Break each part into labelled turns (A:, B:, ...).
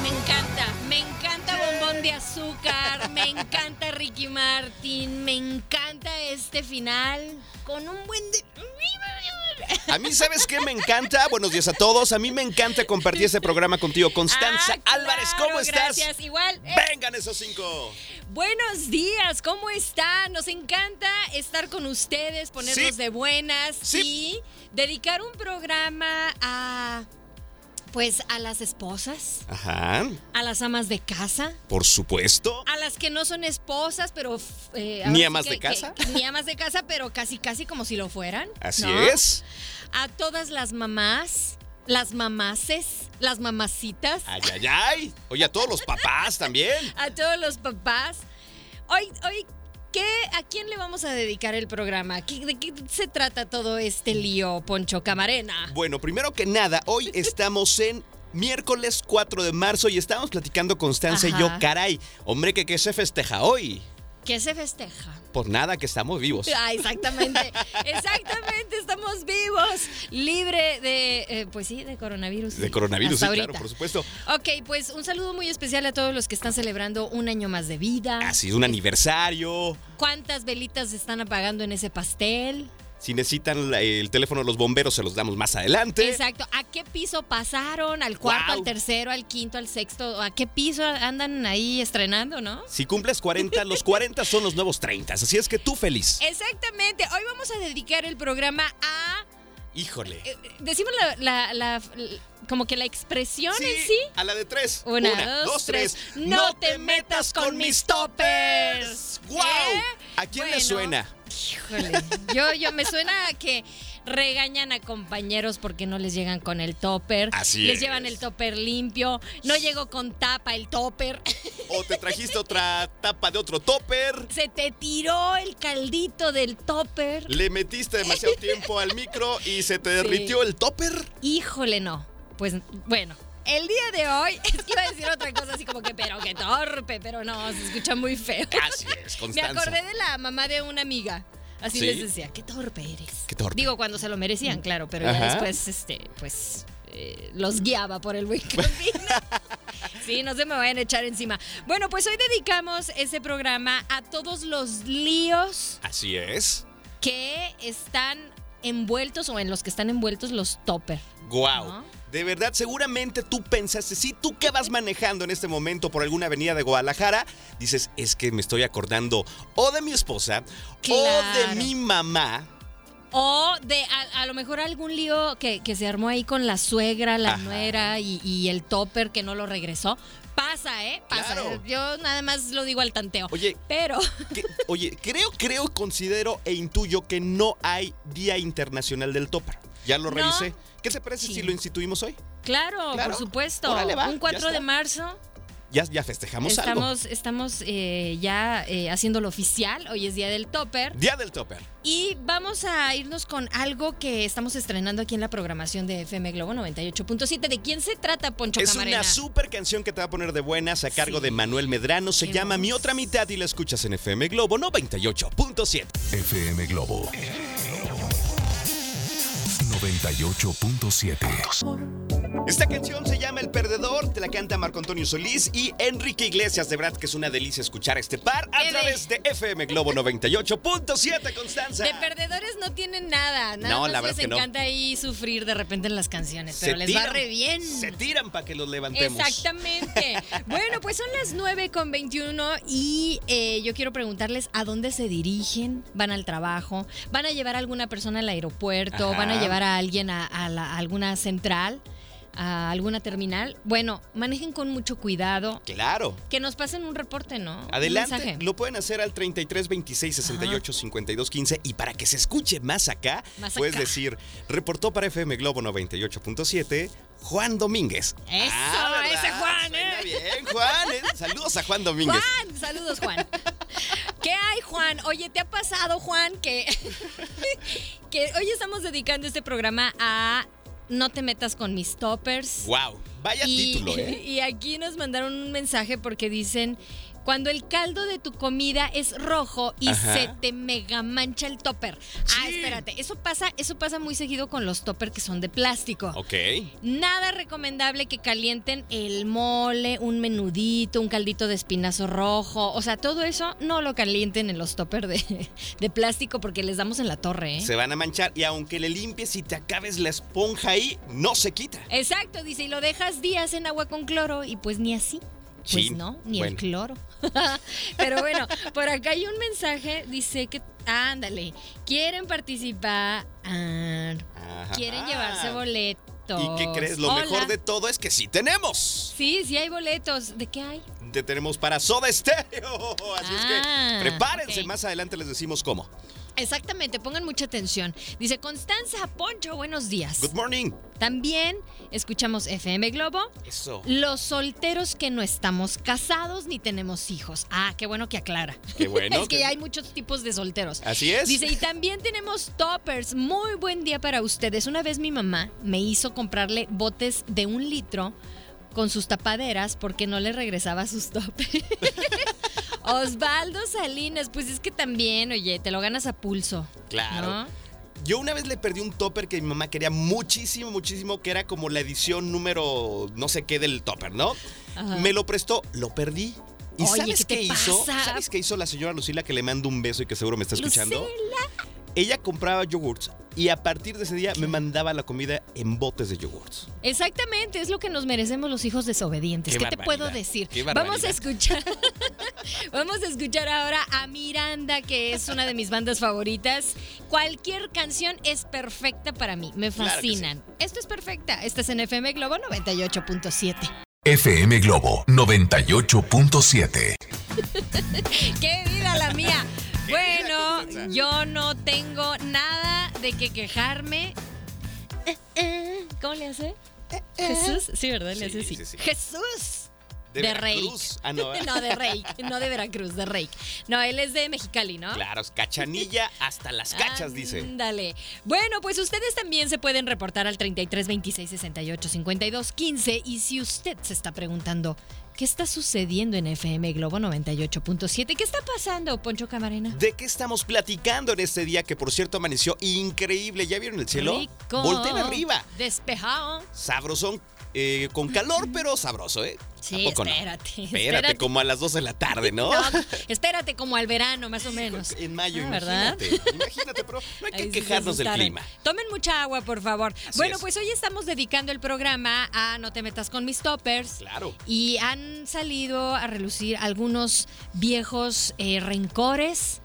A: Me encanta, me encanta Bombón de Azúcar, me encanta Ricky Martin, me encanta este final con un buen... de-
B: A mí, ¿sabes qué me encanta? Buenos días a todos. A mí me encanta compartir este programa contigo, Constanza
A: Ah, claro,
B: Álvarez. ¿Cómo estás?
A: Gracias, igual. eh,
B: Vengan esos cinco.
A: buenos días, ¿cómo están? Nos encanta estar con ustedes, ponernos
B: Sí.
A: de buenas
B: Sí.
A: y dedicar un programa a... Pues a las esposas,
B: Ajá,
A: a las amas de casa,
B: por supuesto.
A: A las que no son esposas, pero... eh,
B: Ni
A: ahora
B: amas
A: sí
B: de casa.
A: que- ni amas de casa, pero casi, casi como si lo fueran.
B: Así
A: ¿no?
B: es.
A: A todas las mamás, las mamaces, las mamacitas,
B: Ay, ay, ay. Oye, a todos los papás también.
A: a todos los papás. Hoy, hoy, ¿qué, ¿a quién le vamos a dedicar el programa? ¿Qué- ¿De qué se trata todo este lío, Poncho Camarena?
B: Bueno, primero que nada, hoy estamos en miércoles 4 de marzo y estamos platicando Constanza y yo.
A: Ajá.
B: Caray, hombre, que qué se festeja hoy?
A: ¿Qué se festeja?
B: Por nada que estamos vivos.
A: Ah, exactamente, exactamente, estamos vivos, libre de, eh, pues sí, de coronavirus.
B: De coronavirus, sí,
A: Hasta
B: claro,
A: ahorita.
B: por supuesto.
A: Ok, pues un saludo muy especial a todos los que están celebrando un año más de vida.
B: Así es un aniversario.
A: ¿Cuántas velitas se están apagando en ese pastel?
B: Si necesitan la- el teléfono de los bomberos, se los damos más adelante.
A: Exacto. ¿A qué piso pasaron? ¿Al cuarto,
B: Guau.
A: al tercero, al quinto, al sexto? ¿A qué piso andan ahí estrenando, no?
B: Si cumples 40, los 40 son los nuevos 30. Así es que tú feliz.
A: Eh, Exactamente. Hoy vamos a dedicar el programa a...
B: Híjole.
A: eh, decimos la, la- la- l- como que la expresión en sí.
B: a la de tres.
A: Una, dos, tres. No te metas con mis toppers.
B: ¡Wow!
A: ¿Eh?
B: ¿A quién le
A: Bueno.
B: suena?
A: Híjole, yo, yo me suena a que regañan a compañeros porque no les llegan con el topper.
B: Así
A: Les
B: es.
A: llevan el topper limpio. No llegó con tapa el topper.
B: ¿O te trajiste otra tapa de otro topper?
A: Se te tiró el caldito del topper.
B: ¿Le metiste demasiado tiempo al micro y se te derritió el topper?
A: Híjole, no. Pues bueno. El día de hoy, es que iba a decir otra cosa así como que, pero qué torpe, pero no, se escucha muy feo.
B: Así es,
A: Me
B: Constanza.
A: acordé de la mamá de una amiga. Así
B: ¿Sí?
A: les decía, qué torpe eres.
B: Qué torpe.
A: Digo, cuando se lo merecían, claro, pero ya
B: Ajá.
A: después, este, pues, eh, los guiaba por el buen camino. sí, no se me vayan a echar encima. Bueno, pues hoy dedicamos ese programa a todos los líos
B: Así es.
A: que están envueltos o en los que están envueltos los topper.
B: Wow.
A: ¿No?
B: De verdad, seguramente tú pensaste, si tú que vas manejando en este momento por alguna avenida de Guadalajara, dices, es que me estoy acordando o de mi esposa o de
A: Claro.
B: mi mamá.
A: O de a, a lo mejor algún lío que, que se armó ahí con la suegra, la
B: Ajá.
A: nuera y, y el topper que no lo regresó. Pasa, ¿eh? Pasa.
B: Claro.
A: Yo nada más lo digo al tanteo.
B: Oye,
A: Pero
B: que- oye, creo, creo, considero e intuyo que no hay Día Internacional del Topper. Ya lo
A: No.
B: revisé. ¿Qué te parece
A: Sí.
B: si lo instituimos hoy?
A: claro,
B: Claro.
A: por supuesto,
B: Órale, va,
A: un
B: ya
A: 4 de
B: está.
A: marzo
B: Ya, ya festejamos algo.
A: estamos, estamos eh, ya eh, haciéndolo oficial. Hoy es Día del Topper.
B: Día del Topper.
A: Y vamos a irnos con algo que estamos estrenando aquí en la programación de FM Globo 98.7. ¿De quién se trata, Poncho
B: es
A: Camarena?
B: una super canción que te va a poner de buenas a cargo
A: Sí.
B: de Manuel Medrano. Se
A: Qué
B: llama Mi
A: voz.
B: Otra Mitad y la escuchas en FM Globo 98.7.
C: FM Globo 98.7. 98.7.
B: Esta canción se llama El Perdedor, te la canta Marco Antonio Solís y Enrique Iglesias. De verdad que es una delicia escuchar este par a través de FM Globo 98.7, Constanza.
A: De perdedores no tienen nada, nada no, más la verdad les que encanta no. ahí sufrir de repente en las canciones, pero se les tiran, va re bien.
B: Se tiran para que los levantemos.
A: Exactamente. bueno, pues son las 9 con 21 y eh, yo quiero preguntarles a dónde se dirigen, van al trabajo, van a llevar a alguna persona al aeropuerto, Ajá. van a llevar a alguien a, a, la, a alguna central a alguna terminal. Bueno, manejen con mucho cuidado.
B: Claro.
A: Que nos pasen un reporte, ¿no?
B: Adelante. Lo pueden hacer al 33 26 68 Ajá. 52 15 y para que se escuche más acá, más puedes acá. decir, reportó para FM Globo 98.7 Juan Domínguez.
A: Eso, ah, ese Juan,
B: ¿eh? bien, Juan. ¿eh? Saludos a Juan Domínguez.
A: Juan, saludos, Juan. ¿Qué hay, Juan? Oye, ¿te ha pasado, Juan, que, que hoy estamos dedicando este programa a no te metas con mis toppers.
B: ¡Wow! Vaya
A: y,
B: título, ¿eh?
A: Y aquí nos mandaron un mensaje porque dicen. Cuando el caldo de tu comida es rojo y Ajá. se te mega mancha el topper. Sí. Ah, espérate, eso pasa, eso pasa muy seguido con los toppers que son de plástico.
B: Ok.
A: ¿Eh? Nada recomendable que calienten el mole, un menudito, un caldito de espinazo rojo. O sea, todo eso no lo calienten en los toppers de, de, plástico porque les damos en la torre. ¿eh?
B: Se van a manchar y aunque le limpies y te acabes la esponja ahí, no se quita.
A: Exacto, dice, y lo dejas días en agua con cloro y pues ni así. Pues no, ni bueno. el cloro. Pero bueno, por acá hay un mensaje, dice que, ándale, quieren participar, Ajá. quieren llevarse boletos.
B: Ah. ¿Y qué crees? Lo Hola. mejor de todo es que sí tenemos.
A: Sí, sí hay boletos. ¿De qué hay?
B: Te tenemos para Soda Stereo. Así ah, es que prepárense, okay. más adelante les decimos cómo.
A: Exactamente, pongan mucha atención. Dice Constanza Poncho, buenos días.
B: Good morning.
A: También escuchamos FM Globo.
B: Eso.
A: Los solteros que no estamos casados ni tenemos hijos. Ah, qué bueno que aclara.
B: Qué bueno.
A: es que ya hay muchos tipos de solteros.
B: Así es.
A: Dice, y también tenemos toppers. Muy buen día para ustedes. Una vez mi mamá me hizo comprarle botes de un litro con sus tapaderas porque no le regresaba sus toppers. Osvaldo Salinas, pues es que también, oye, te lo ganas a pulso.
B: Claro. ¿no? Yo una vez le perdí un topper que mi mamá quería muchísimo, muchísimo, que era como la edición número no sé qué del topper, ¿no? Ajá. Me lo prestó, lo perdí. ¿Y oye, sabes qué, qué hizo? ¿Sabes qué hizo la señora Lucila que le mando un beso y que seguro me está escuchando?
A: Lucila.
B: Ella compraba yogurts y a partir de ese día me mandaba la comida en botes de yogurts.
A: Exactamente, es lo que nos merecemos los hijos desobedientes. ¿Qué, ¿Qué te puedo decir? Vamos a escuchar. vamos a escuchar ahora a Miranda, que es una de mis bandas favoritas. Cualquier canción es perfecta para mí, me fascinan. Claro sí. Esto es perfecta. Esta es en FM Globo 98.7.
C: FM Globo 98.7.
A: ¡Qué vida la mía! Bueno, yo no tengo nada de que quejarme. ¿Cómo le hace? Jesús, sí, ¿verdad? Le hace así. Sí, sí, sí. Jesús.
B: De, de Veracruz.
A: Ah, no. no. de Reik. No de Veracruz, de Reik. No, él es de Mexicali, ¿no?
B: Claro, cachanilla hasta las cachas, dice.
A: Dale. Bueno, pues ustedes también se pueden reportar al 33 26 68 52 15. Y si usted se está preguntando, ¿Qué está sucediendo en FM Globo 98.7? ¿Qué está pasando, Poncho Camarena?
B: ¿De qué estamos platicando en este día que, por cierto, amaneció increíble? ¿Ya vieron el cielo?
A: Rico.
B: Volten arriba.
A: Despejado.
B: Sabrosón. Eh, con calor, pero sabroso, ¿eh?
A: Sí, espérate,
B: no? espérate. Espérate, como a las 2 de la tarde, ¿no? ¿no?
A: Espérate como al verano, más o menos.
B: En mayo, ah, imagínate. ¿verdad? Imagínate, pero no hay que Ahí quejarnos del clima.
A: Tomen mucha agua, por favor. Así bueno, es. pues hoy estamos dedicando el programa a No te metas con mis toppers.
B: Claro.
A: Y han salido a relucir algunos viejos eh, rencores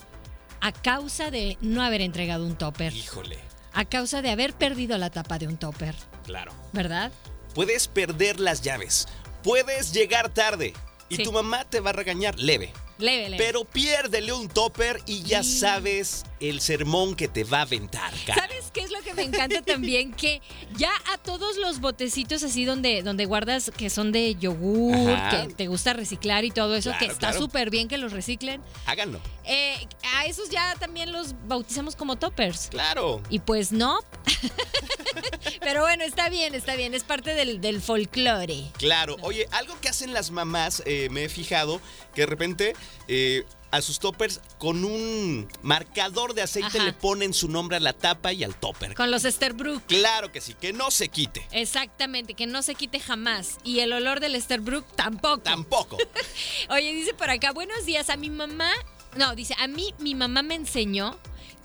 A: a causa de no haber entregado un topper.
B: Híjole.
A: A causa de haber perdido la tapa de un topper.
B: Claro.
A: ¿Verdad?
B: puedes perder las llaves, puedes llegar tarde y sí. tu mamá te va a regañar leve.
A: Leve, leve.
B: Pero piérdele un topper y ya sí. sabes el sermón que te va a aventar. Cara.
A: ¿Sabes qué es lo que me encanta también? Que ya a todos los botecitos así donde, donde guardas que son de yogur, Ajá. que te gusta reciclar y todo eso, claro, que está claro. súper bien que los reciclen.
B: Háganlo.
A: Eh, a esos ya también los bautizamos como toppers.
B: Claro.
A: Y pues no. Pero bueno, está bien, está bien. Es parte del, del folclore.
B: Claro. Oye, algo que hacen las mamás, eh, me he fijado, que de repente eh, a sus toppers con un marcador de aceite,
A: Ajá.
B: le ponen su nombre a la tapa y al topper.
A: Con los Esterbrook.
B: Claro que sí, que no se quite.
A: Exactamente, que no se quite jamás. Y el olor del Esterbrook tampoco.
B: Tampoco.
A: Oye, dice por acá, buenos días, a mi mamá, no, dice, a mí mi mamá me enseñó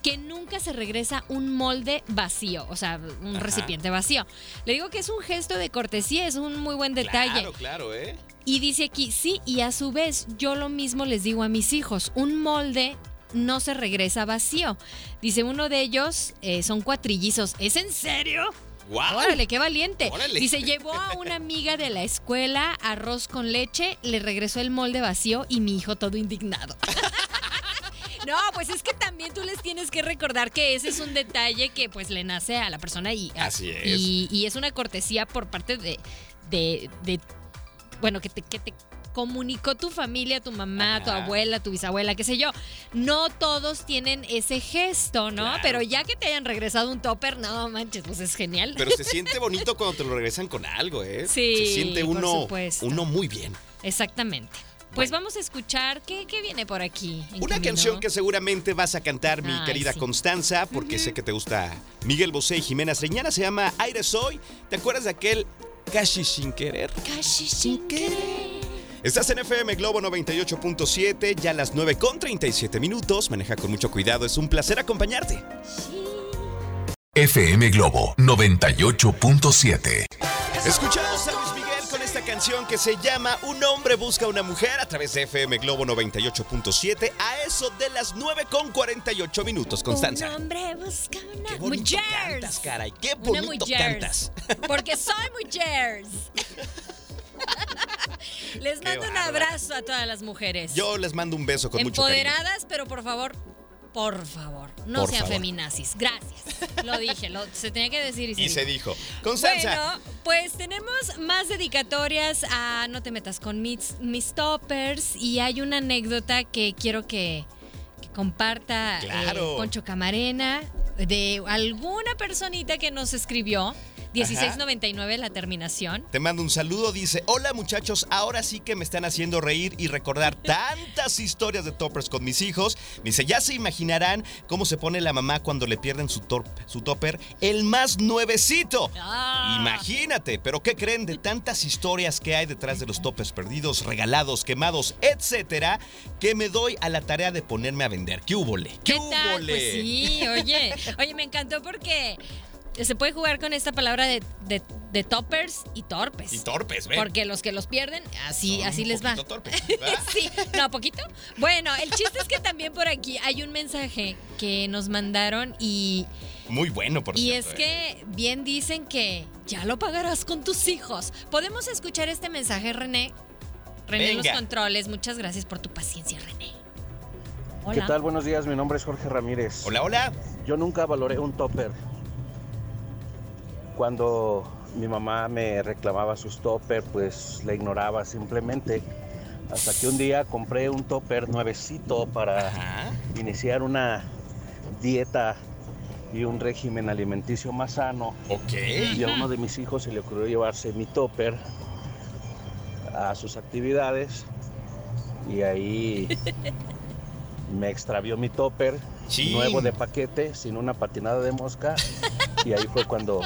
A: que nunca se regresa un molde vacío, o sea, un
B: Ajá.
A: recipiente vacío. Le digo que es un gesto de cortesía, es un muy buen detalle.
B: Claro, claro, ¿eh?
A: Y dice aquí, sí, y a su vez yo lo mismo les digo a mis hijos, un molde no se regresa vacío. Dice, uno de ellos eh, son cuatrillizos. ¿Es en serio?
B: ¡Guau!
A: Órale, qué valiente.
B: Órale.
A: Dice, llevó a una amiga de la escuela arroz con leche, le regresó el molde vacío y mi hijo todo indignado. No, pues es que también tú les tienes que recordar que ese es un detalle que pues le nace a la persona y,
B: Así es.
A: y, y es una cortesía por parte de, de, de- bueno, que te, que te comunicó tu familia, tu mamá, tu
B: Ajá.
A: abuela, tu bisabuela, qué sé yo. No todos tienen ese gesto, ¿no?
B: Claro.
A: Pero ya que te hayan regresado un topper, no manches, pues es genial.
B: Pero se siente bonito cuando te lo regresan con algo, ¿eh?
A: Sí,
B: Se siente
A: por
B: uno,
A: supuesto.
B: uno muy bien.
A: Exactamente. Pues
B: Bueno.
A: vamos a escuchar qué, qué viene por aquí. en
B: Una
A: camino?
B: canción que seguramente vas a cantar, mi
A: Ay,
B: querida
A: sí.
B: Constanza, porque sé que te gusta Miguel Bosé y Jimena Señana, se llama Aire Soy. ¿Te acuerdas de aquel casi sin querer?
A: Casi sin querer.
B: Estás en FM Globo 98.7, ya a las 9 con 37 minutos. Maneja con mucho cuidado, es un placer acompañarte.
D: FM Globo 98.7.
B: Escuchamos a Luis Miguel con esta canción que se llama Un hombre busca una mujer a través de FM Globo 98.7 a eso de las 9 con 48 minutos, Constanza.
A: Un hombre busca una
B: Qué bonito
A: mujer.
B: cantas, caray. Qué
A: Una
B: bonito
A: mujer.
B: cantas.
A: Porque soy mujer. Les
B: Qué
A: mando un
B: bárbara.
A: abrazo a todas las mujeres.
B: Yo les mando un beso con mucho cariño.
A: Empoderadas, pero por favor, por favor, no
B: Por
A: sean
B: favor.
A: feminazis. Gracias. Lo dije, lo- se tenía que decir y se
B: Y
A: dijo.
B: se dijo. Constanza.
A: Bueno, pues tenemos más dedicatorias a No te metas con mis, mis toppers y hay una anécdota que quiero que, que comparta eh,
B: Claro.
A: Poncho Camarena de alguna personita que nos escribió. 1699 la terminación.
B: Te mando un saludo, dice, hola muchachos, ahora sí que me están haciendo reír y recordar tantas historias de toppers con mis hijos. Me dice, ya se imaginarán cómo se pone la mamá cuando le pierden su, top- su topper, el más nuevecito.
A: Ah.
B: Imagínate, pero ¿qué creen de tantas historias que hay detrás de los toppers perdidos, regalados, quemados, etcétera? Que me doy a la tarea de ponerme a vender. ¿Qué húbole?
A: ¿Qué tal?
B: húbole?
A: Pues sí, oye. Oye, me encantó porque se puede jugar con esta palabra de, de- de toppers y torpes.
B: Y torpes, ¿ven?
A: porque los que los pierden, así,
B: Son
A: así
B: un
A: les va.
B: poquito torpes, ¿verdad?
A: Sí, no, poquito. Bueno, el chiste es que también por aquí hay un mensaje que nos mandaron y,
B: Muy bueno, por
A: y
B: cierto,
A: es
B: ¿eh?
A: que bien dicen que ya lo pagarás con tus hijos. ¿Podemos escuchar este mensaje, René? René en los
B: Venga.
A: controles, muchas gracias por tu paciencia, René. Hola.
E: ¿Qué tal? Buenos días, mi nombre es Jorge Ramírez.
B: Hola, hola.
E: Yo nunca valoré un topper. Cuando mi mamá me reclamaba sus topper, pues la ignoraba simplemente. Hasta que un día compré un topper nuevecito para
B: Ajá.
E: iniciar una dieta y un régimen alimenticio más sano.
B: Ok.
E: Y a uno de mis hijos se le ocurrió llevarse mi topper a sus actividades y ahí me extravió mi topper
B: Chin.
E: nuevo de paquete sin una patinada de mosca y ahí fue cuando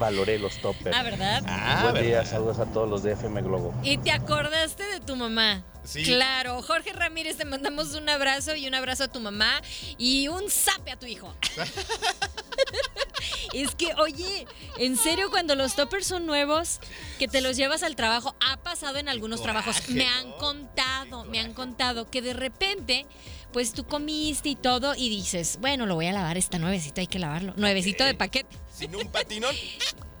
E: valoré los toppers.
A: Ah, ¿verdad?
B: Ah,
E: Buen día,
B: ¿verdad?
E: saludos a todos los de FM Globo.
A: Y te acordaste de tu mamá.
B: Sí.
A: Claro, Jorge Ramírez, te mandamos un abrazo y un abrazo a tu mamá y un zape a tu hijo. es que, oye, en serio, cuando los toppers son nuevos, que te los llevas al trabajo, ha pasado en algunos
B: Coraje,
A: trabajos. Me han
B: ¿no?
A: contado,
B: Sí,
A: me han
B: coraje.
A: contado que de repente, pues tú comiste y todo y dices, bueno, lo voy a lavar, está nuevecito, hay que lavarlo. Nuevecito
B: Ok.
A: de paquete,
B: Sin un patinón.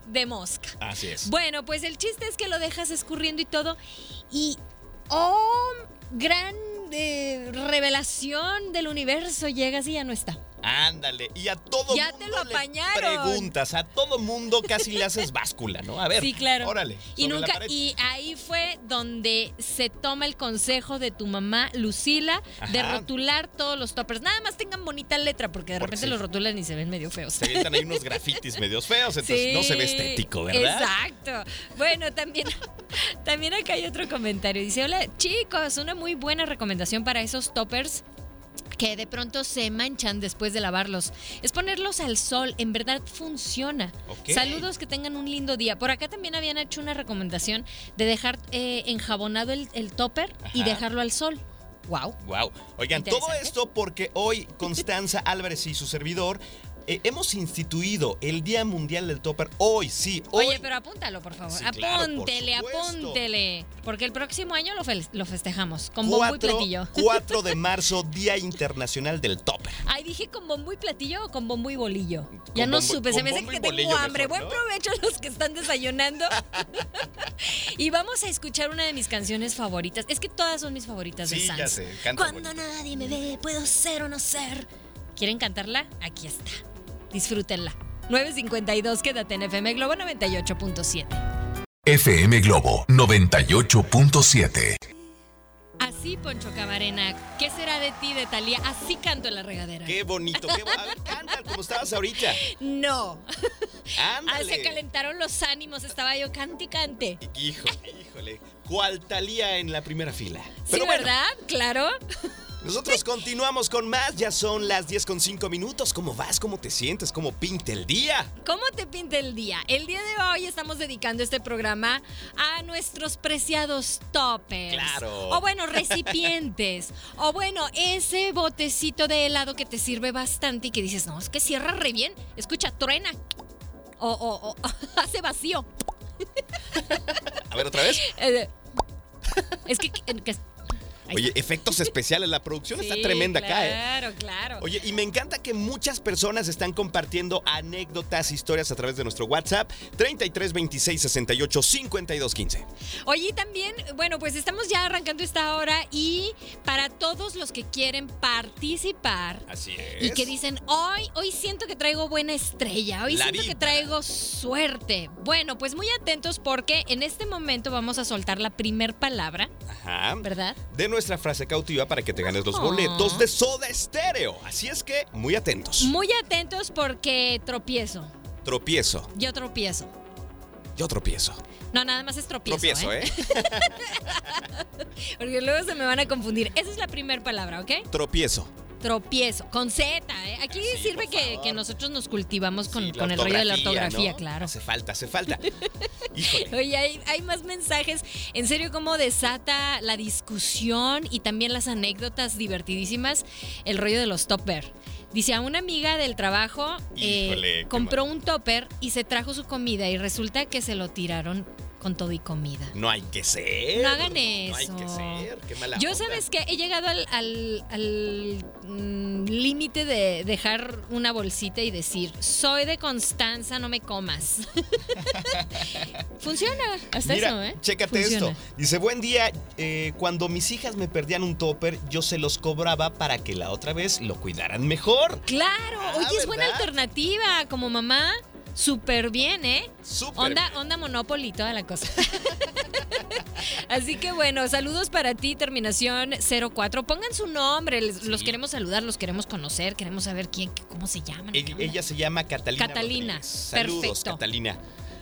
A: de mosca.
B: Así es.
A: Bueno, pues el chiste es que lo dejas escurriendo y todo. Y oh, gran eh, revelación del universo, llegas y ya no está.
B: Ándale, y a todo
A: Ya
B: mundo
A: te lo
B: le
A: apañaron.
B: preguntas, a todo mundo casi le haces báscula, ¿no? A ver,
A: Sí, claro.
B: órale.
A: Y
B: sobre la
A: nunca
B: pared.
A: y ahí fue donde se toma el consejo de tu mamá Lucila de
B: Ajá.
A: rotular todos los toppers. Nada más tengan bonita letra porque de
B: Porque
A: repente
B: sí.
A: los rotulan y se ven medio feos.
B: Se avientan ahí unos grafitis medios feos, entonces no se ve
A: Sí,
B: estético, ¿verdad?
A: Exacto. Bueno, también, también acá hay otro comentario. Dice, hola chicos, una muy buena recomendación para esos toppers que de pronto se manchan después de lavarlos. Es ponerlos al sol, en verdad funciona.
B: Ok.
A: Saludos, que tengan un lindo día. Por acá también habían hecho una recomendación de dejar eh, enjabonado el, el topper y
B: Ajá.
A: dejarlo al sol. Wow.
B: Wow. Oigan, todo
A: Interesante.
B: esto porque hoy Constanza Álvarez y su servidor eh, hemos instituido el Día Mundial del Topper. Hoy, sí, hoy.
A: Oye, pero apúntalo, por favor.
B: Sí, claro, por
A: apúntele,
B: supuesto.
A: apúntele. Porque el próximo año lo, fel- lo festejamos con bombo y
B: 4
A: platillo.
B: 4 de marzo, Día Internacional del Topper.
A: Ay, dije con bombo y platillo o con bombo y bolillo. ya
B: Con
A: no
B: bombo-
A: supe, se
B: con
A: me hace
B: bombo
A: que
B: y
A: tengo
B: bolillo
A: hambre. Buen
B: mejor, ¿no?
A: provecho a los que están desayunando. y vamos a escuchar una de mis canciones favoritas. Es que todas son mis favoritas de
B: Sí,
A: Sans.
B: ya sé, canta
A: Cuando nadie me ve, puedo ser o no ser. ¿Quieren cantarla? Aquí está. Disfrútenla. 952, quédate en FM Globo 98.7.
D: FM Globo 98.7.
A: Así, Poncho Camarena, ¿qué será de ti, de Talía? Así canto en la regadera.
B: Qué bonito, qué bo- A ver, canta como estabas ahorita.
A: No. Ah,
B: Ándale.
A: se calentaron los ánimos, estaba yo cante y cante.
B: Híjole, híjole. ¿Cuál talía en la primera fila?
A: sí,
B: bueno,
A: ¿verdad? Claro.
B: Nosotros continuamos con más. Ya son las 10 con 5 minutos. ¿Cómo vas? ¿Cómo te sientes? ¿Cómo pinta el día?
A: ¿Cómo te pinta el día? El día de hoy estamos dedicando este programa a nuestros preciados toppers.
B: Claro.
A: O bueno, recipientes. o bueno, ese botecito de helado que te sirve bastante y que dices, no, es que cierra re bien. Escucha, truena. O, o- o hace vacío.
B: A ver, otra vez.
A: Eh, Es que. que- Ahí
B: Oye, efectos especiales. La producción está
A: Sí,
B: tremenda acá, ¿eh?
A: Claro, claro.
B: Oye, y me encanta que muchas personas están compartiendo anécdotas, historias a través de nuestro WhatsApp 33 26 68 52 15.
A: Oye, y también, bueno, pues estamos ya arrancando esta hora y para todos los que quieren participar
B: Así es.
A: y que dicen, hoy, hoy siento que traigo buena estrella, hoy
B: La
A: siento que
B: vibra.
A: traigo suerte. Bueno, pues muy atentos porque en este momento vamos a soltar la primer palabra,
B: Ajá.
A: ¿verdad?
B: De nuestra frase cautiva para que te ganes los
A: Oh.
B: boletos de Soda Estéreo. Así es que muy atentos.
A: Muy atentos porque tropiezo,
B: Tropiezo.
A: yo tropiezo.
B: Yo tropiezo.
A: No, nada más es tropiezo.
B: Tropiezo,
A: ¿eh?
B: ¿eh?
A: Porque luego se me van a confundir. Esa es la primera palabra, ¿ok?
B: Tropiezo.
A: Tropiezo, con Z, ¿eh? Aquí
B: Sí,
A: sirve
B: por
A: que,
B: favor.
A: que nosotros nos cultivamos con,
B: Sí, la
A: con el rollo de la
B: ortografía,
A: ortografía,
B: ¿no?
A: claro.
B: Hace falta, hace falta. Híjole.
A: Oye, hay, hay más mensajes. En serio, cómo desata la discusión y también las anécdotas divertidísimas el rollo de los topper. Dice, a una amiga del trabajo eh,
B: Híjole, qué
A: compró un topper y se trajo su comida y resulta que se lo tiraron con todo y comida.
B: No hay que ser.
A: No hagan
B: No hay que
A: eso.
B: ser. Qué mala
A: Yo
B: onda.
A: sabes que he llegado al, al- al, mm, límite de dejar una bolsita y decir, soy de Constanza, no me comas. Funciona, hasta
B: Mira,
A: eso, ¿eh?
B: Chécate
A: Funciona.
B: esto. Dice, buen día. eh, cuando mis hijas me perdían un topper, yo se los cobraba para que la otra vez lo cuidaran mejor.
A: Claro,
B: Ah,
A: oye, es buena
B: ¿verdad?
A: alternativa como mamá. Súper bien, ¿eh?
B: Súper.
A: Onda, onda Monopoly, toda la cosa. Así que bueno, saludos para ti, terminación 04. Pongan su nombre, les- los
B: Sí.
A: queremos saludar, los queremos conocer, queremos saber quién, cómo se llaman. qué
B: E-
A: onda.
B: Ella se llama Catalina.
A: Catalina,
B: Rodríguez. Saludos,
A: perfecto.
B: Catalina.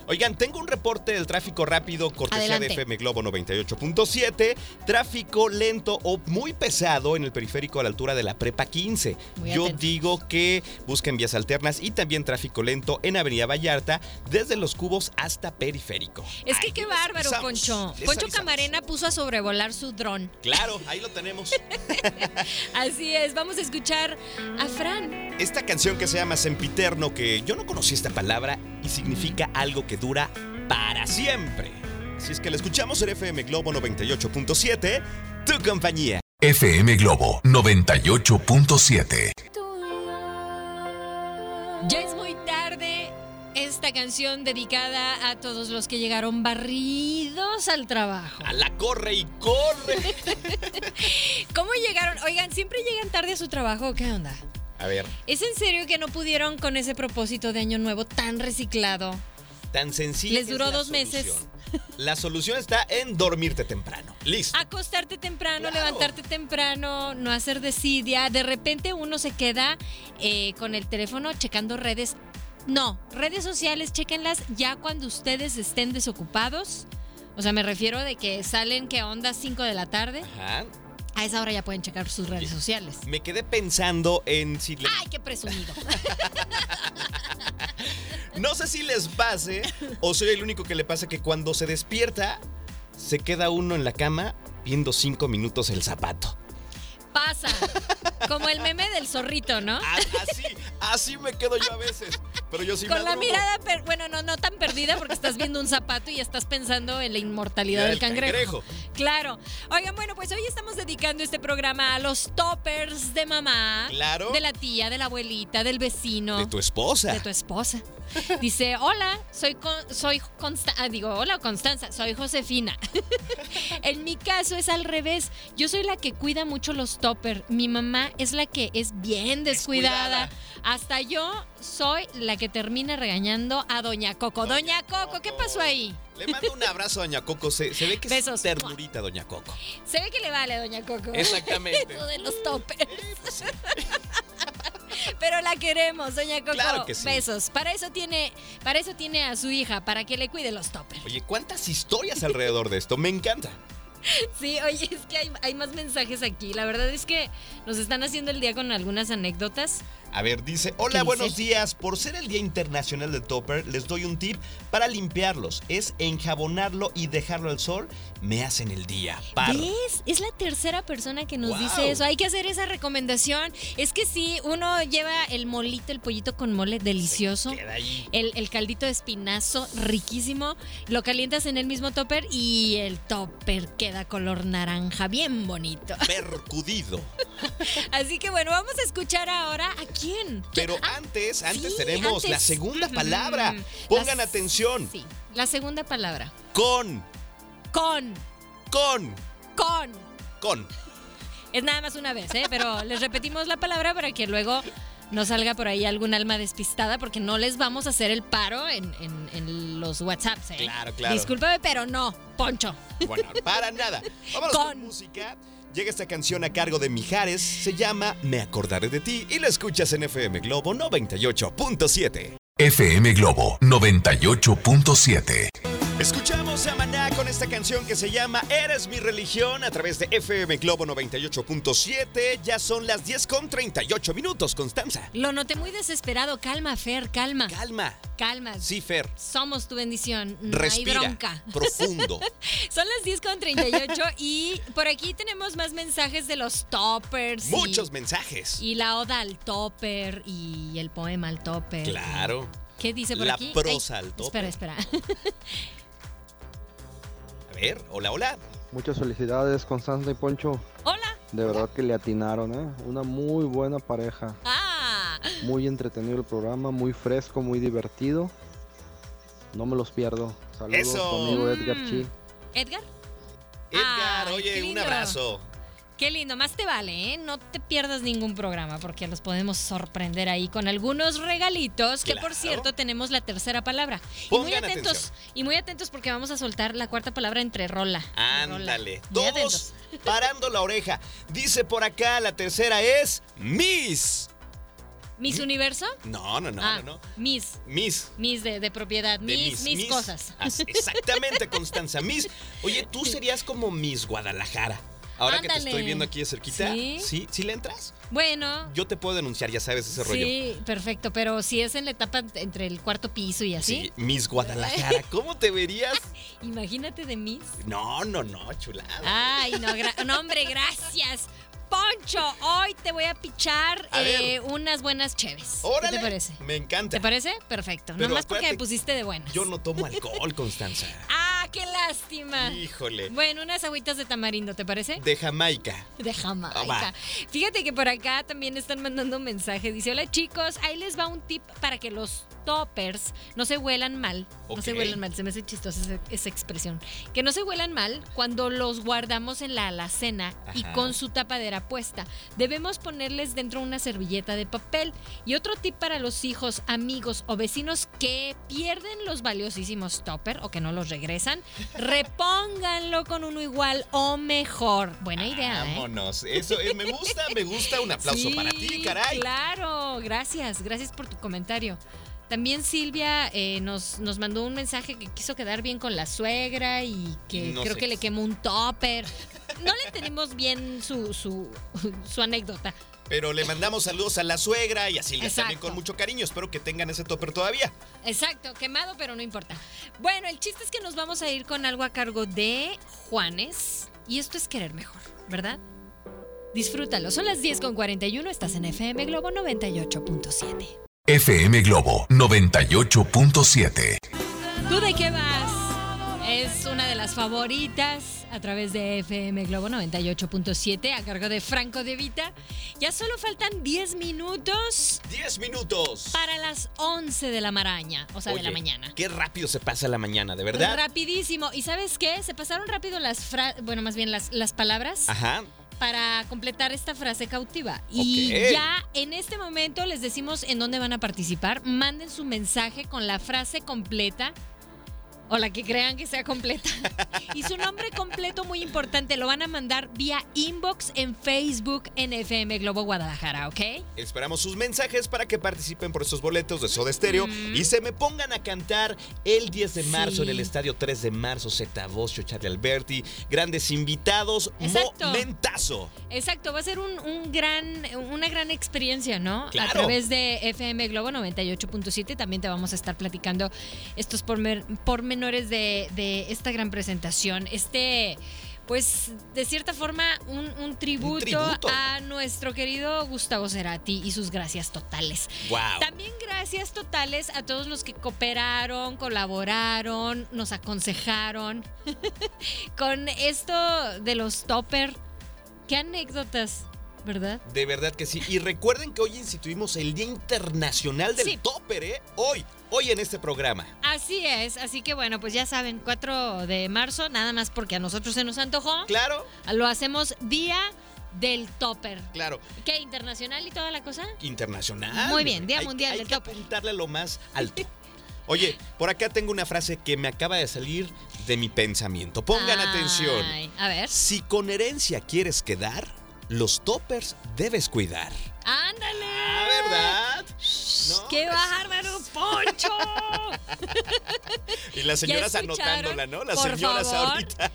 B: Oigan, tengo un reporte del tráfico rápido, cortesía
A: Adelante.
B: de FM Globo 98.7. Tráfico lento o muy pesado en el periférico a la altura de la Prepa 15.
A: Muy
B: Yo
A: atentos.
B: digo que busquen vías alternas y también tráfico lento en Avenida Vallarta, desde los cubos hasta periférico.
A: Es que
B: Ahí
A: qué
B: les
A: bárbaro,
B: avisamos,
A: Poncho.
B: les
A: Poncho
B: avisamos.
A: Camarena puso a sobrevolar su dron.
B: Claro, ahí lo tenemos.
A: Así es, vamos a escuchar a Fran.
B: Esta canción que se llama Sempiterno, que yo no conocí esta palabra y significa algo que dura para siempre. Así es que la escuchamos en FM Globo 98.7, tu compañía.
D: FM Globo 98.7.
A: Ya es muy tarde. Esta canción dedicada a todos los que llegaron barridos al trabajo.
B: A la corre y corre.
A: ¿Cómo llegaron? Oigan, ¿siempre llegan tarde a su trabajo? o ¿Qué onda?
B: A ver.
A: ¿Es en serio que no pudieron con ese propósito de año nuevo tan reciclado?
B: Tan sencillo.
A: Les duró dos meses.
B: La solución está en dormirte temprano. Listo.
A: Acostarte temprano, claro. levantarte temprano, no hacer desidia. De repente uno se queda eh, con el teléfono checando redes. No, redes sociales, chequenlas ya cuando ustedes estén desocupados. O sea, me refiero de que salen, que onda? 5 de la tarde. Ajá. A esa hora ya pueden checar sus redes sociales.
B: Me quedé pensando en si...
A: Le... ¡Ay, qué presumido!
B: no sé si les pase o soy el único que le pasa que cuando se despierta se queda uno en la cama viendo cinco minutos el zapato.
A: Pasa. Como el meme del zorrito, ¿no?
B: Así, así me quedo yo a veces. Pero yo sí
A: Con la mirada, per bueno, no, no tan perdida porque estás viendo un zapato y estás pensando en la inmortalidad del, del cangrejo. cangrejo. Claro. Oigan, bueno, pues hoy estamos dedicando este programa a los toppers de mamá.
B: Claro.
A: De la tía, de la abuelita, del vecino.
B: De tu esposa.
A: De tu esposa. Dice, hola, soy, con soy Consta ah, digo, hola Constanza, soy Josefina. en mi caso es al revés. Yo soy la que cuida mucho los toppers. Mi mamá es la que es bien descuidada. descuidada. Hasta yo soy la que termina regañando a Doña Coco. Doña, Doña Coco, Coco, ¿qué pasó ahí?
B: Le mando un abrazo a Doña Coco. Se, se ve que Besos. es ternurita, Doña Coco.
A: Se ve que le vale a Doña Coco. ¿eh?
B: Exactamente.
A: Eso de los toppers. Eh, pues sí. Pero la queremos, doña Coco.
B: Claro que sí.
A: Besos. Para eso tiene, para eso tiene a su hija, para que le cuide los toppers.
B: Oye, ¿cuántas historias alrededor de esto? Me encanta.
A: Sí, oye, es que hay, hay, más mensajes aquí. La verdad es que nos están haciendo el día con algunas anécdotas.
B: A ver, dice, hola, buenos dice? días. Por ser el Día Internacional del Topper, les doy un tip para limpiarlos. Es enjabonarlo y dejarlo al sol. Me hacen el día. Par.
A: ¿Ves? Es la tercera persona que nos wow. dice eso. Hay que hacer esa recomendación. Es que sí, uno lleva el molito, el pollito con mole delicioso.
B: Queda ahí.
A: El, el caldito de espinazo riquísimo. Lo calientas en el mismo topper y el topper queda color naranja, bien bonito.
B: Percudido.
A: Así que bueno, vamos a escuchar ahora a quién.
B: Pero
A: ¿A
B: antes, antes sí, tenemos antes. la segunda palabra. Pongan la, atención.
A: Sí, la segunda palabra.
B: Con.
A: Con.
B: Con.
A: Con.
B: Con.
A: Es nada más una vez, ¿eh? Pero les repetimos la palabra para que luego no salga por ahí algún alma despistada porque no les vamos a hacer el paro en, en, en los WhatsApps. ¿eh?
B: Claro, claro.
A: Discúlpame, pero no, Poncho.
B: Bueno, para nada. Vamos con... con... música. Llega esta canción a cargo de Mijares, se llama Me acordaré de ti y la escuchas en FM Globo 98.7.
C: FM Globo 98.7.
B: Escuchamos a Maná con esta canción que se llama Eres mi religión a través de FM Globo 98.7. Ya son las 10 con 38 minutos, Constanza.
A: Lo noté muy desesperado. Calma, Fer, calma.
B: Calma.
A: Calma.
B: Sí, Fer.
A: Somos tu bendición. No
B: Respira,
A: hay bronca.
B: Profundo.
A: son las 10 con 38 y por aquí tenemos más mensajes de los toppers.
B: Muchos y, mensajes.
A: Y la oda al topper y el poema al topper.
B: Claro.
A: ¿Qué dice por
B: la
A: aquí?
B: La prosa Ay, al topper.
A: Espera, espera.
B: A ver, hola, hola.
F: Muchas felicidades, Constanza y Poncho.
A: Hola.
F: De verdad que le atinaron, ¿eh? Una muy buena pareja.
A: Ah.
F: Muy entretenido el programa, muy fresco, muy divertido. No me los pierdo. Saludos,
B: Eso.
F: conmigo Edgar mm. Chi.
A: ¿Edgar?
B: Edgar, ah, oye, un abrazo.
A: Qué lindo, más te vale, ¿eh? No te pierdas ningún programa porque los podemos sorprender ahí con algunos regalitos, que claro. por cierto tenemos la tercera palabra.
B: Pongan
A: y muy atentos,
B: atención.
A: y muy atentos porque vamos a soltar la cuarta palabra entre rola.
B: Ándale, todos atentos. parando la oreja. Dice por acá, la tercera es Miss.
A: ¿Miss Universo?
B: No, no, no, ah, no, no,
A: Miss.
B: Miss.
A: Miss de, de propiedad. De miss, miss, miss, miss cosas.
B: Ah, Exactamente, Constanza. Miss. Oye, tú serías como Miss Guadalajara. Ahora Ándale. que te estoy viendo aquí de cerquita, ¿Sí? ¿sí? ¿Sí le entras?
A: Bueno.
B: Yo te puedo denunciar, ya sabes
A: sí,
B: ese rollo.
A: Sí, perfecto, pero si es en la etapa entre el cuarto piso y así. Sí,
B: Miss Guadalajara, ¿cómo te verías?
A: Imagínate de Miss.
B: No, no, no, chulada.
A: Ay, no, no hombre, gracias. Poncho, hoy te voy a pichar a eh, unas buenas cheves.
B: Órale,
A: ¿Qué te parece?
B: Me encanta.
A: ¿Te parece? Perfecto. Pero Nomás porque me pusiste de buenas.
B: Yo no tomo alcohol, Constanza.
A: ah, Ah, qué lástima.
B: Híjole.
A: Bueno, unas agüitas de tamarindo, ¿te parece?
B: De Jamaica.
A: De Jamaica.
B: Ah, va.
A: Fíjate que por acá también están mandando un mensaje. Dice, hola chicos, ahí les va un tip para que los toppers no se huelan mal. No se
B: Ok.
A: huelan mal, se me hace chistosa esa, esa expresión. Que no se huelan mal cuando los guardamos en la alacena y
B: Ajá.
A: con su tapadera puesta. Debemos ponerles dentro una servilleta de papel. Y otro tip para los hijos, amigos o vecinos que pierden los valiosísimos topper o que no los regresan, repónganlo con uno igual o mejor. Buena
B: Ah,
A: idea, ¿eh?
B: Vámonos. Eso eh, me gusta, me gusta. Un aplauso
A: Sí,
B: para ti, caray.
A: Claro, gracias, gracias por tu comentario. También Silvia eh, nos, nos mandó un mensaje que quiso quedar bien con la suegra y que
B: No
A: creo
B: sé.
A: que le quemó un topper. No le tenemos bien su, su, su anécdota.
B: Pero le mandamos saludos a la suegra y a Silvia también
A: Exacto.
B: con mucho cariño. Espero que tengan ese topper todavía.
A: Exacto, quemado, pero no importa. Bueno, el chiste es que nos vamos a ir con algo a cargo de Juanes. Y esto es querer mejor, ¿verdad? Disfrútalo. Son las 10 con 41, estás en FM Globo 98.7.
D: FM Globo 98.7.
A: ¿Tú de qué vas? Es una de las favoritas a través de FM Globo 98.7 a cargo de Franco De Vita. Ya solo faltan 10 minutos
B: 10 minutos.
A: para las 11 de la maraña, o sea, de la
B: Oye,
A: mañana.
B: Qué rápido se pasa la mañana, ¿de verdad?
A: Rapidísimo. ¿Y sabes qué? Se pasaron rápido las fra- bueno, más bien las, las palabras
B: Ajá.
A: para completar esta frase cautiva. Y
B: Ok.
A: ya en este momento les decimos en dónde van a participar. Manden su mensaje con la frase completa o la que crean que sea completa. y su nombre completo, muy importante, lo van a mandar vía inbox en Facebook en FM Globo Guadalajara, ¿ok?
B: Esperamos sus mensajes para que participen por esos boletos de Soda Stereo
A: Ujú.
B: y se me pongan a cantar el 10 de marzo
A: Sí.
B: en el estadio 3 de marzo. Zeta Bosio, Charlie Alberti, grandes invitados.
A: Exacto.
B: Momentazo.
A: Exacto, va a ser un, un gran, una gran experiencia, ¿no? A
B: Claro.
A: través de FM Globo 98.7 también te vamos a estar platicando estos pormer- pormenores de, de esta gran presentación. Este, pues, de cierta forma, un, un tributo,
B: tributo.
A: a nuestro querido Gustavo Cerati y sus gracias totales.
B: Wow.
A: También gracias totales a todos los que cooperaron, colaboraron, nos aconsejaron con esto de los topper. Qué anécdotas, ¿verdad?
B: De verdad que sí. Y recuerden que hoy instituimos el Día Internacional del
A: Sí.
B: Topper, ¿eh? Hoy, hoy en este programa.
A: Así es, así que bueno, pues ya saben, 4 de marzo, nada más porque a nosotros se nos antojó,
B: Claro,
A: lo hacemos día del topper.
B: claro.
A: ¿Qué? ¿Internacional y toda la cosa?
B: Internacional.
A: Muy bien, Día
B: Hay-
A: Mundial
B: hay
A: del
B: que
A: Topper.
B: apuntarle lo más alto. Oye, por acá tengo una frase que me acaba de salir de mi pensamiento. Pongan
A: Ay,
B: atención.
A: A ver.
B: Si con herencia quieres quedar, los toppers debes cuidar.
A: ¡Ándale!
B: Ah, ¿Verdad? No,
A: ¡Qué
B: pues-
A: bárbaro, Poncho!
B: Y las señoras
A: ¿Ya escucharon?
B: anotándola, ¿no? Las
A: Por
B: señoras
A: favor.
B: ahorita.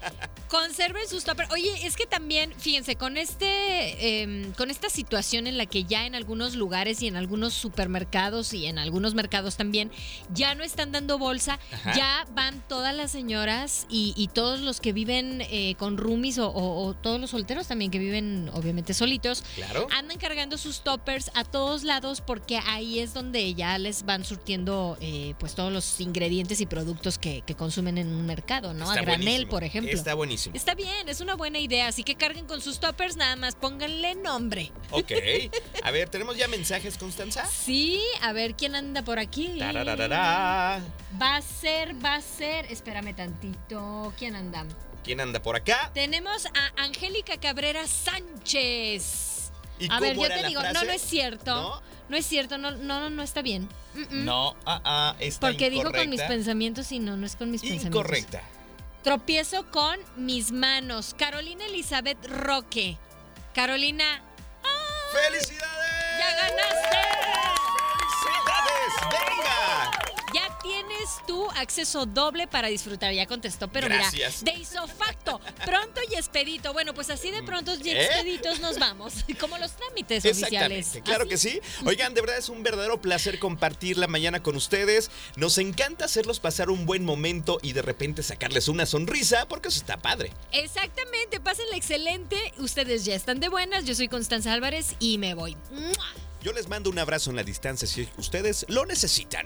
A: Conserven sus toppers. Oye, es que también, fíjense, con este, em, con esta situación en la que ya en algunos lugares y en algunos supermercados y en algunos mercados también ya no están dando bolsa,
B: Ajá.
A: ya van todas las señoras y, y todos los que viven eh, con roomies o, o- o todos los solteros también que viven obviamente solitos,
B: Claro.
A: andan cargando sus toppers a todos lados porque ahí es donde ya les van surtiendo eh, pues todos los ingredientes y productos que, que consumen en un mercado, ¿no?
B: Está
A: a granel,
B: buenísimo.
A: por ejemplo.
B: Está buenísimo.
A: Está bien, es una buena idea, así que carguen con sus toppers, nada más pónganle nombre.
B: Ok. A ver, ¿tenemos ya mensajes, Constanza?
A: Sí, a ver quién anda por aquí.
B: Ah. Tarararara.
A: Va a ser, va a ser, espérame tantito, ¿quién anda?
B: ¿Quién anda por acá?
A: Tenemos a Angélica Cabrera Sánchez.
B: ¿Y
A: A ver,
B: cómo
A: yo
B: era
A: te
B: la
A: digo, no,
B: frase?
A: no es cierto. No,
B: ¿No?
A: es cierto, no, no, no, no está bien. Mm, mm.
B: No, ah, ah, está
A: Porque dijo con mis
B: incorrecta.
A: pensamientos y no, no es con mis pensamientos.
B: Incorrecta.
A: Tropiezo con mis manos. Carolina Elizabeth Roque. Carolina,
B: ¡Felicidades!
A: ya ganaste.
B: ¡Felicidades! ¡Venga!
A: Ya tienes tu acceso doble para disfrutar. Ya contestó, pero
B: Gracias.
A: mira, de isofacto, pronto y expedito. Bueno, pues así de pronto y
B: ¿Eh?
A: expeditos nos vamos, como los trámites oficiales.
B: Exactamente, claro
A: Así.
B: que sí. Oigan, de verdad es un verdadero placer compartir la mañana con ustedes. Nos encanta hacerlos pasar un buen momento y de repente sacarles una sonrisa porque eso está padre.
A: Exactamente, pásenla excelente. Ustedes ya están de buenas. Yo soy Constanza Álvarez y me voy. ¡Mua!
B: Yo les mando un abrazo en la distancia si ustedes lo necesitan.